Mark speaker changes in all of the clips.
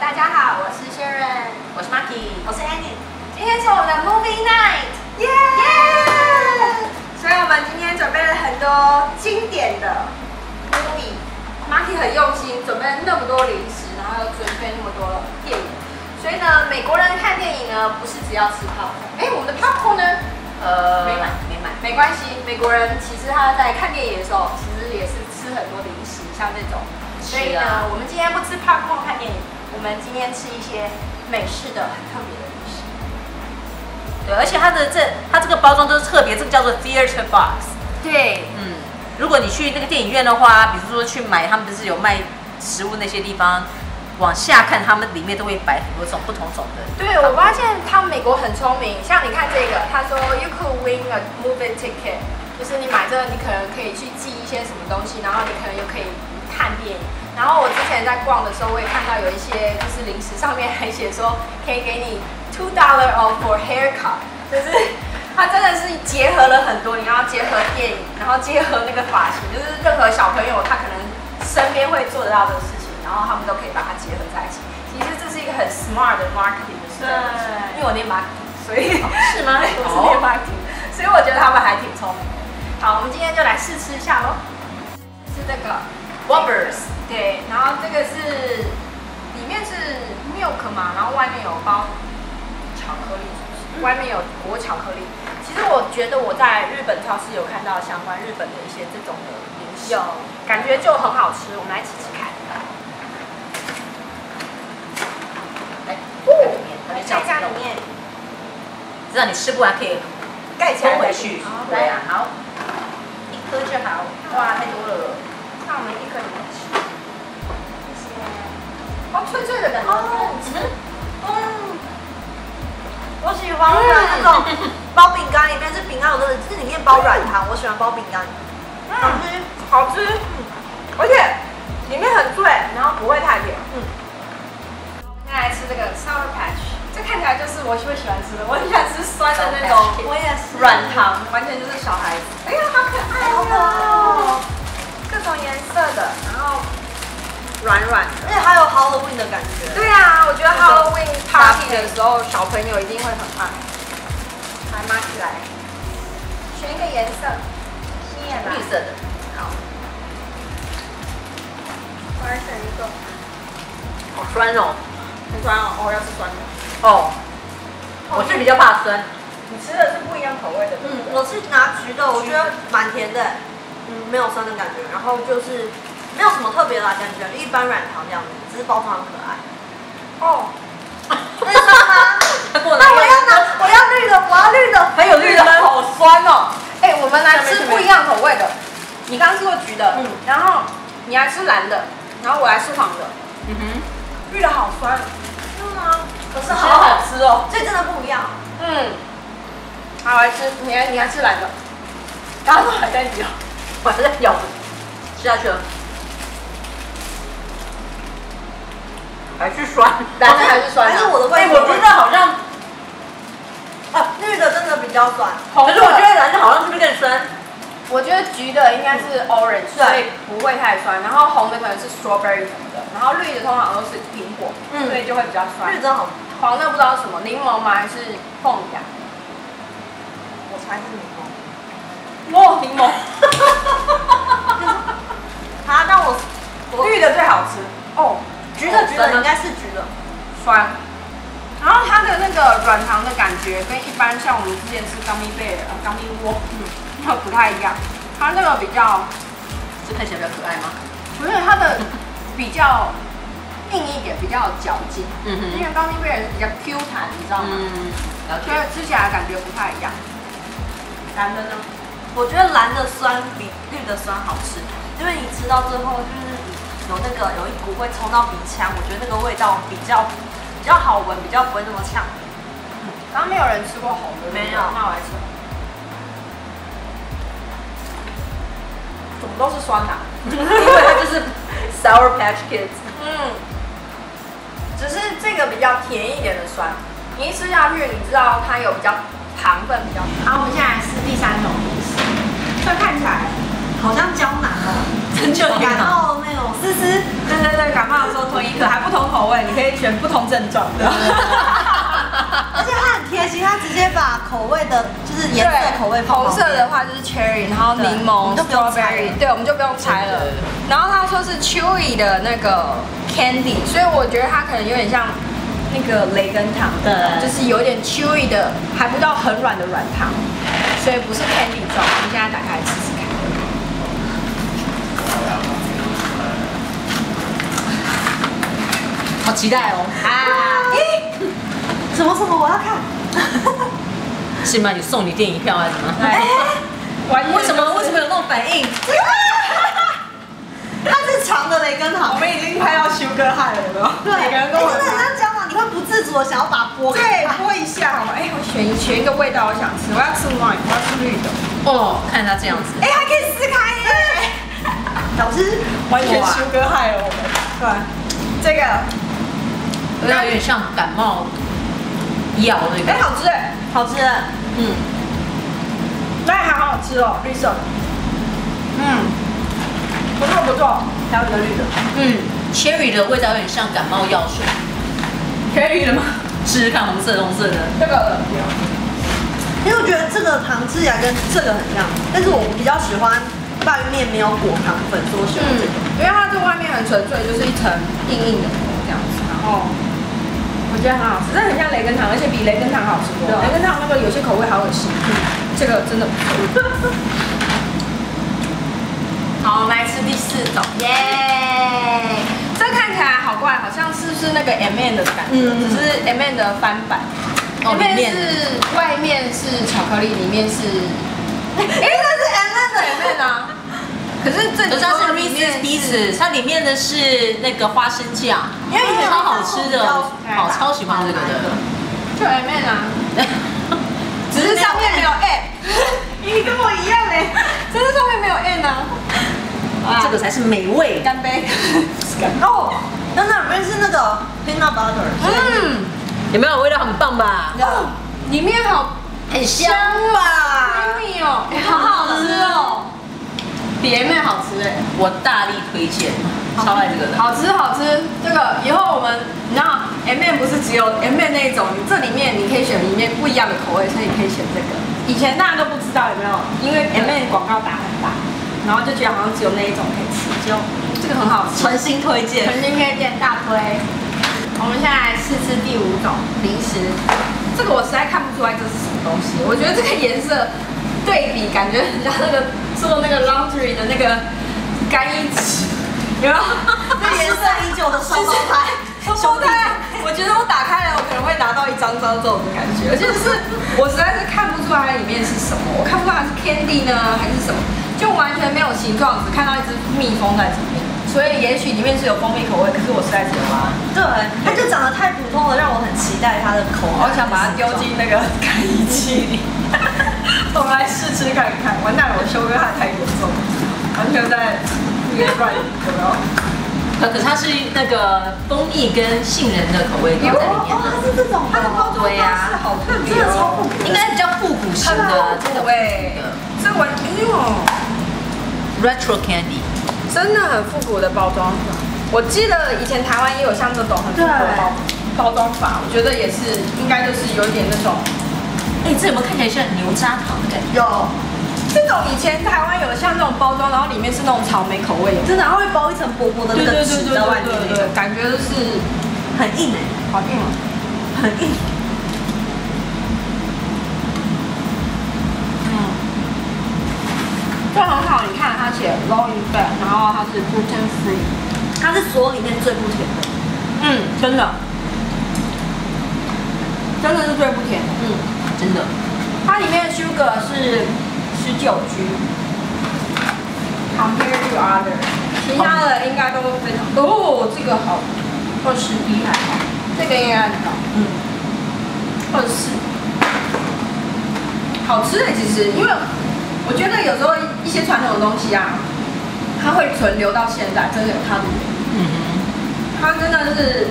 Speaker 1: 我是 Sharon，
Speaker 2: 我是 Marky，
Speaker 1: 我是 Annie，
Speaker 3: 今天是我们的 Movie Night，
Speaker 1: 耶
Speaker 3: 所以我们今天准备了很多经典的 movie。Marky 很用心，准备了那么多零食，然后又准备那么多电影。所以呢，美国人看电影呢，不是只要吃 popcorn。哎，我们的 popcorn 呢？
Speaker 2: 呃，
Speaker 3: 没买
Speaker 2: 没买，
Speaker 3: 没关系，美国人其实他在看电影的时候，其实也是吃很多零食，像这种。所以
Speaker 2: 是啊
Speaker 3: 呢，我们今天不吃 popcorn 看电影，我们今天吃一些美式的很特别的零食。
Speaker 2: 对，而且它的这它这个包装都是特别，这个叫做 theater box。
Speaker 3: 对，
Speaker 2: 嗯，如果你去那个电影院的话，比如说去买，他们不是有卖食物那些地方，往下看他们里面都会摆很多种不同种的。
Speaker 3: 对，我发现他们美国很聪明，像你看这个，他说 you could win a movie ticket，就是你买这个，你可能可以去记一些什么东西，然后你可能又可以看电影。然后我之前在逛的时候，我也看到有一些就是零食上面还写说 可以给你 two dollar off for haircut，就是 它真的是结合了很多，你要结合电影，然后结合那个发型，就是任何小朋友他可能身边会做得到的事情，然后他们都可以把它结合在一起。其实这是一个很 smart 的 marketing 的事情，因为我念 marketing，所以、
Speaker 2: 是 吗
Speaker 3: 我哦是念 marketing，所以我觉得他们还挺聪明的。好，我们今天就来试吃一下喽，是这个
Speaker 2: Whoppers，
Speaker 3: 对，然后这个是里面是 milk 嘛，然后外面有包巧克力，是不是外面有裹巧克力。其实我觉得我在日本超市有看到相关日本的一些这种的零食，
Speaker 1: 有
Speaker 3: 感觉就很好吃，我们来吃吃看。
Speaker 2: 来，
Speaker 3: 哦
Speaker 2: 它
Speaker 3: 来
Speaker 2: 就
Speaker 3: 看一下
Speaker 2: 这样
Speaker 3: 里
Speaker 2: 子
Speaker 3: 面，
Speaker 2: 这样你吃不完可以
Speaker 3: 盖起来
Speaker 2: 吞回去
Speaker 3: 好。
Speaker 2: 对啊
Speaker 3: 来，
Speaker 2: 好，一颗就好。哇，太多了。
Speaker 3: 那我们一颗一个吃，谢谢。哦，脆脆的感觉，
Speaker 1: 哦
Speaker 3: 嗯
Speaker 1: 嗯，我喜欢啊那种
Speaker 3: 嗯
Speaker 2: 嗯
Speaker 1: 包饼干，里面是饼干，我真的是里面包软糖，我喜欢包饼干。
Speaker 3: 好吃，好吃，嗯而且里面很脆，然后不会太甜。嗯。再来吃这个 sour patch，这看起来就是我会喜欢吃的，我很喜欢吃酸的那 种
Speaker 2: Sour Patch
Speaker 1: 我也是
Speaker 3: 软糖，完全就是小孩子。哎呀，好可爱
Speaker 1: 好可爱哦
Speaker 3: 哦！各种颜色的，然后软软的。
Speaker 1: 而且还有 Halloween 的感觉。
Speaker 3: 对啊，我觉得
Speaker 1: 那个
Speaker 3: Halloween
Speaker 1: 搭
Speaker 3: party
Speaker 1: 配
Speaker 3: 的时候，小朋友一定会很爱。来，拿起来，选一个颜色，鲜艳啊
Speaker 2: 绿色的，
Speaker 3: 好，我来选一个。
Speaker 2: 好酸哦。
Speaker 3: 很酸哦，哦，要吃酸的。
Speaker 2: 哦，我是比较怕酸。
Speaker 3: 你吃的是不一样口味的，
Speaker 1: 嗯
Speaker 3: 嗯，，
Speaker 1: 我是拿橘的，我觉得蛮甜的，嗯，没有酸的感觉，然后就是没有什么特别的啦感觉，一般软糖这样子，只是包装很可 爱。
Speaker 3: 哦，
Speaker 1: 那是吗？
Speaker 2: 他过来
Speaker 1: 那我要拿，我要绿的，我要绿的。
Speaker 2: 还有绿的吗
Speaker 3: 好酸哦。哎、我们来吃不一样口味的。你刚刚吃过橘的，
Speaker 2: 嗯
Speaker 3: 嗯，然后你来吃蓝的，然后我来吃黄的，
Speaker 2: 嗯哼。
Speaker 3: 绿的好酸，
Speaker 1: 是吗？可是
Speaker 3: 我觉
Speaker 1: 好
Speaker 3: 得
Speaker 1: 好吃，
Speaker 3: 吃哦。
Speaker 1: 这真的不一样。
Speaker 3: 嗯，好，我来吃，你来你来吃蓝的。刚刚都还在嚼，
Speaker 2: 我还在咬，吃下去了，还是 酸，
Speaker 3: 蓝的还是酸的，啊
Speaker 1: 还是我的
Speaker 2: 哎、
Speaker 1: 味道？
Speaker 2: 我觉得好像，
Speaker 1: 啊，绿的真的比较酸。
Speaker 3: 红
Speaker 2: 可
Speaker 3: 的
Speaker 2: 是我觉得蓝的好像是不是更酸？
Speaker 3: 我觉得橘的应该是 orange，、
Speaker 1: 嗯
Speaker 3: 所
Speaker 1: 对
Speaker 3: 以不会太酸。然后红的可能是 strawberry 什么的，然后绿的通常都是苹果，
Speaker 2: 嗯
Speaker 3: 所以就会比较酸
Speaker 1: 绿。的好，
Speaker 3: 黄的不知道是什么，柠檬吗还是凤芽？
Speaker 1: 我猜是柠檬。哦
Speaker 3: 哇，柠檬，
Speaker 1: 啊，那我我
Speaker 3: 绿的最好吃哦，
Speaker 1: 橘的橘的应该是橘的。
Speaker 3: 酸。然后它的那个软糖的感觉跟一般像我们之前吃钢米贝呃尔、钢米窝，嗯，那不太一样。它那个比较，
Speaker 2: 这看起来比较可爱吗？
Speaker 3: 不是它的比较硬一点，比较有嚼劲。
Speaker 2: 嗯
Speaker 3: 因为，钢米贝尔是比较 Q 弹，你知道吗？
Speaker 2: 嗯，了
Speaker 3: 所以
Speaker 2: 解。
Speaker 3: 吃起来感觉不太一样。
Speaker 1: 蓝的呢？我觉得蓝的酸比绿的酸好吃，因为你吃到最后就是有那个有一股会冲到鼻腔，我觉得那个味道比较比较好闻，比较不会那么呛。
Speaker 3: 然后没有人吃过红的，对不对
Speaker 1: 没有
Speaker 3: 那我来吃红的。怎么都是酸 的、啊
Speaker 2: 因为它就 是 Sour Patch Kids，
Speaker 3: 嗯，只是这个比较甜一点的酸，你一吃下去，你知道它有比较糖分比较。好，我们现在来试第三种零食，这看起来，
Speaker 1: 好像胶囊哦，
Speaker 2: 真就
Speaker 1: 感冒没有？
Speaker 3: 思思，对对对，感冒的时候
Speaker 4: 同
Speaker 3: 吞
Speaker 4: 一个，还不同口味，你可以选不同症状 的。
Speaker 1: 而且它很贴心，它直接把口味的，就是颜色口味放
Speaker 3: 红
Speaker 1: 旁
Speaker 3: 色
Speaker 1: 边
Speaker 3: 的话就是 cherry，然后柠
Speaker 1: 我
Speaker 3: 檬
Speaker 1: 们就不用猜了
Speaker 3: strawberry，对，我们就不用猜了。然后他说是 chewy 的那个 candy，所以我觉得它可能有点像那个雷根糖，
Speaker 5: 对
Speaker 3: 就是有点 chewy 的，还不到很软的软糖，所以不是 candy 状。我们现在打开来吃吃看。
Speaker 5: 好期待哦！
Speaker 3: 啊，
Speaker 1: 什么什么我要看，
Speaker 5: 是吗？有送你电影票还是什
Speaker 3: 哎
Speaker 5: 么？为什么为什么有那种反应？
Speaker 1: 它是长的雷根
Speaker 4: 我
Speaker 1: 糖，
Speaker 4: 们已经快要修哥汉了，有没有？
Speaker 1: 对，
Speaker 4: 每个人跟我
Speaker 1: 哎真的很像姜黄，你会不自主的想要把它剥
Speaker 4: 对
Speaker 1: 开。
Speaker 4: 播一下好吗？哎，
Speaker 3: 我选一选一个味道，我想吃，我要吃 wine，我要吃绿的。
Speaker 5: 哦，看他这样子，
Speaker 4: 哎，还可以撕开耶！
Speaker 1: 老师，啊
Speaker 4: 完全修哥害了我们。对，这个
Speaker 5: 味道有点像感冒药那
Speaker 4: 哎
Speaker 5: 个。
Speaker 4: 好吃哎，
Speaker 1: 好吃，
Speaker 5: 嗯，
Speaker 4: 那还好好吃哦，绿色的。嗯，不错不错，还有一个绿的。
Speaker 5: 嗯，cherry 的味道有点像感冒药水，
Speaker 4: 可以了吗？
Speaker 5: 试试看红色的红色的。
Speaker 4: 这个
Speaker 1: 因为我觉得这个糖吃起来跟这个很像，但是我比较喜欢拌面没有果糖粉，所以我喜欢
Speaker 3: 嗯
Speaker 1: 这个。，
Speaker 3: 因为它这外面很纯粹，就是一层硬硬的这样子，然后我觉得很好吃，
Speaker 4: 真的很像雷根糖，而且比雷根糖好吃多。
Speaker 3: 对
Speaker 5: 啊
Speaker 4: 雷根糖那个有些口味好恶心。
Speaker 3: 嗯这个真的不错。好，我们来吃第四种，耶！这看起来好怪，好像是不是那个 M N 的感觉？
Speaker 1: 嗯
Speaker 3: 只是 M N 的翻版。
Speaker 5: 哦
Speaker 3: M N
Speaker 5: 里面
Speaker 3: 是外面是巧克力，里面 是，哎，这是 M N 的 M N 啊。可是 这
Speaker 5: 可是它是
Speaker 3: 里面
Speaker 5: Reese's Pieces，它里面的是那个花生酱，
Speaker 1: 因为以前
Speaker 5: 超好吃的，哦
Speaker 1: 那种
Speaker 5: 好超喜欢这个的。
Speaker 3: 就 M N 啊， 只是上面没有
Speaker 5: 哎
Speaker 3: N，
Speaker 4: 你跟我一样嘞，
Speaker 3: 只是上面没有 N 啊。
Speaker 5: 啊这个才是美味。
Speaker 3: 干杯！
Speaker 1: 哦，那那里面是那个 peanut butter，
Speaker 5: 嗯，有没有味道很棒吧？
Speaker 1: 哦，
Speaker 3: 里面好
Speaker 5: 很香
Speaker 3: 啊
Speaker 5: 吧？
Speaker 3: 蜜哦，好 好吃哦，比 M N 好吃哎，
Speaker 5: 我大力推荐，超爱这个的。
Speaker 3: 好吃好吃。这个以后我们，你知道 M N 不是只有 M N 那一种，你这里面你可以选里面不一样的口味，所以你可以选这个。
Speaker 4: 以前大家都不知道有没有，因为 M N 广告打很大，然后就觉得好像只有那一种可以吃，就
Speaker 3: 这个很好吃，
Speaker 1: 诚心推荐。
Speaker 3: 纯金推荐大推。我们现在来试吃第五种零食，这个我实在看不出来这是什么东西。我觉得这个颜色对比感觉很像那个做那个 laundry 的那个干衣纸，有没有？
Speaker 1: 那颜色已久的双胞胎，
Speaker 3: 兄弟，我觉得我打开了，我可能会拿到一张张这种的感觉，而且就是我实在是看不出来它里面是什么，我看不出来它是 candy 呢还是什么，就完全没有形状，只看到一只蜜蜂在里面，所以也许里面是有蜂蜜口味，可是我实在是没有啊，
Speaker 1: 对，它就长得太普通了，让我很期待它的口
Speaker 3: 我
Speaker 1: 感。
Speaker 3: 想把它丢进那个干衣机里。
Speaker 4: 我们来试吃看看。完蛋了，我修哥汗太严重了，完全在那个乱有没有？
Speaker 5: 可可是它是那个蜂蜜跟杏仁的口味都在里面
Speaker 1: 哦，它是这种，
Speaker 4: 它的包装
Speaker 5: 对
Speaker 4: 方
Speaker 5: 呀
Speaker 4: 式好特别
Speaker 1: 真的超
Speaker 4: 哦，
Speaker 1: 复古
Speaker 5: 应该比较复古型的这种
Speaker 3: 味，
Speaker 4: 这完哎呦，
Speaker 5: retro candy。
Speaker 3: 真的很复古的包装法。我记得以前台湾也有像这种很复古的包包装法，我觉得也是应该就是有一点那种。
Speaker 5: 哎，这有没有看起来像牛轧糖的感觉？
Speaker 1: 有，
Speaker 3: 这种以前台湾有像那种包装，然后里面是那种草莓口味的，
Speaker 1: 真的，它会包一层薄薄的那个纸在外面那种，
Speaker 3: 感觉就是
Speaker 1: 很硬哎，
Speaker 3: 好硬哦。
Speaker 1: 很硬。
Speaker 3: 这很好，你看它写 low in fat，然后它是 gluten free，
Speaker 1: 它是所有里面最不甜的，
Speaker 3: 嗯，真的，真的是最不甜的。
Speaker 5: 嗯，真的。
Speaker 3: 它里面的 sugar 是十九 G。Compared to other，其他的应该都非常哦，这个好，二十一还好，这个应该很高，嗯，二十四，好吃的其实，因为我觉得有时候一些传统的东西啊，它会存留到现在，真的有它的原因。
Speaker 5: 嗯哼，
Speaker 3: 它真的是，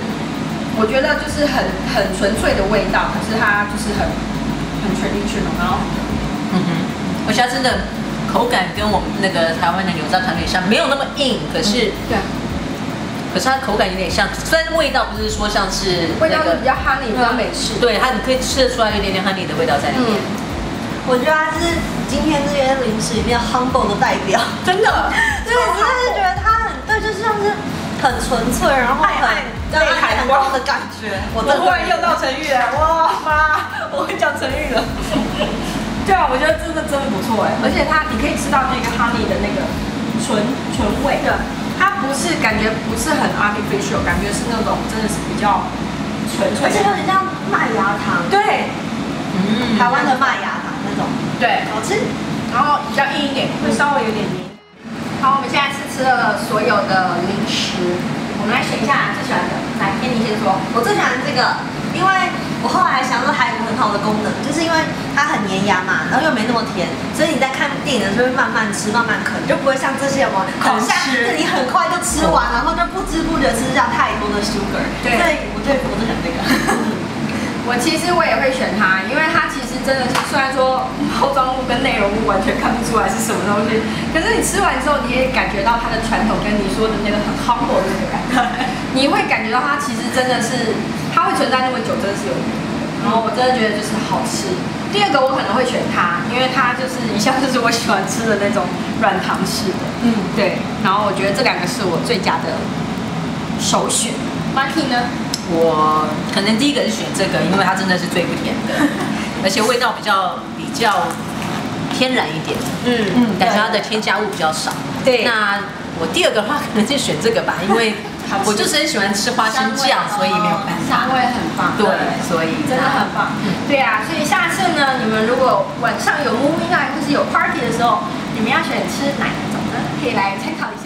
Speaker 3: 我觉得就是很很纯粹的味道，可是它就是很很 traditional，然后
Speaker 5: 嗯哼。我觉得它真的嗯口感跟我们那个台湾的牛轧糖有点像，没有那么硬，可是
Speaker 3: 对，
Speaker 5: 可是它口感有点像，虽然味道不是说像是
Speaker 3: 味道
Speaker 5: 那
Speaker 3: 是
Speaker 5: 个
Speaker 3: 比较 honey，比较美式。
Speaker 5: 对，它你可以吃得出来有点点 honey 的味道在里面。
Speaker 4: 嗯
Speaker 1: 我觉得它是今天这些零食里面 humble 的代表。
Speaker 5: 嗯
Speaker 4: 真的，
Speaker 1: 对，我真的是觉得它很对，就是像是很纯粹，然后
Speaker 4: 爱爱
Speaker 1: 很
Speaker 4: 被
Speaker 1: 爱
Speaker 4: 砍
Speaker 1: 很
Speaker 4: 光
Speaker 1: 高的感觉。我
Speaker 4: 我
Speaker 1: 真的
Speaker 4: 突然用 到成语了，哇妈，我会讲成语了。 对啊，我觉得这个真的不错哎，而且它你可以吃到那个 honey 的那个纯纯味，对，它不是感觉不是很 artificial，感觉是那种真的是比较纯
Speaker 1: 而
Speaker 4: 粹的。
Speaker 1: 且有点像麦芽糖，
Speaker 4: 对
Speaker 5: 嗯，
Speaker 1: 台湾的麦芽糖那种，
Speaker 4: 对，
Speaker 1: 好吃。
Speaker 3: 然后比较硬一点。
Speaker 4: 会稍微有点黏。
Speaker 3: 好，我们现在是吃了所有的零食，我们来选一下最喜欢的。来，天你先说。
Speaker 1: 我最喜欢这个，因为我后来想说还有一个很好的功能，就是因为它很粘牙嘛，然后又没那么甜，所以你在看电影的时候会慢慢吃、慢慢啃，就不会像这些什么
Speaker 4: 狂
Speaker 1: 好像
Speaker 4: 吃
Speaker 1: 你很快就吃完，然后就不知不觉吃下太多的 sugar。
Speaker 4: 对
Speaker 1: 所以我最我最喜欢这个。
Speaker 3: 我其实我也会选它，因为它其实真的是，虽然说包装物跟内容物完全看不出来是什么东西，可是你吃完之后，你也感觉到它的传统跟你说的那个很 humble 的那个感觉，你会感觉到它其实真的是，它会存在那么久，真的是有原因的。然后我真的觉得就是好吃。第二个我可能会选它，因为它就是一向就是我喜欢吃的那种软糖式的，
Speaker 4: 嗯，
Speaker 3: 对。然后我觉得这两个是我最佳的首选。Marky 呢？
Speaker 5: 我可能第一个是选这个，因为它真的是最不甜的，而且味道比较比较天然一点，
Speaker 3: 嗯
Speaker 4: 嗯
Speaker 5: 但是它的添加物比较少。
Speaker 4: 对
Speaker 5: 那我第二个的话可能就选这个吧，因为
Speaker 4: 好吃
Speaker 5: 我就是很喜欢吃花生酱，所以 没有办法。
Speaker 3: 香味很棒，
Speaker 5: 对，所以
Speaker 3: 真的很棒。对啊，所以下次呢，你们如果晚上有 movie night 或是有 party 的时候，你们要选吃哪一种呢？可以来参考一下。哦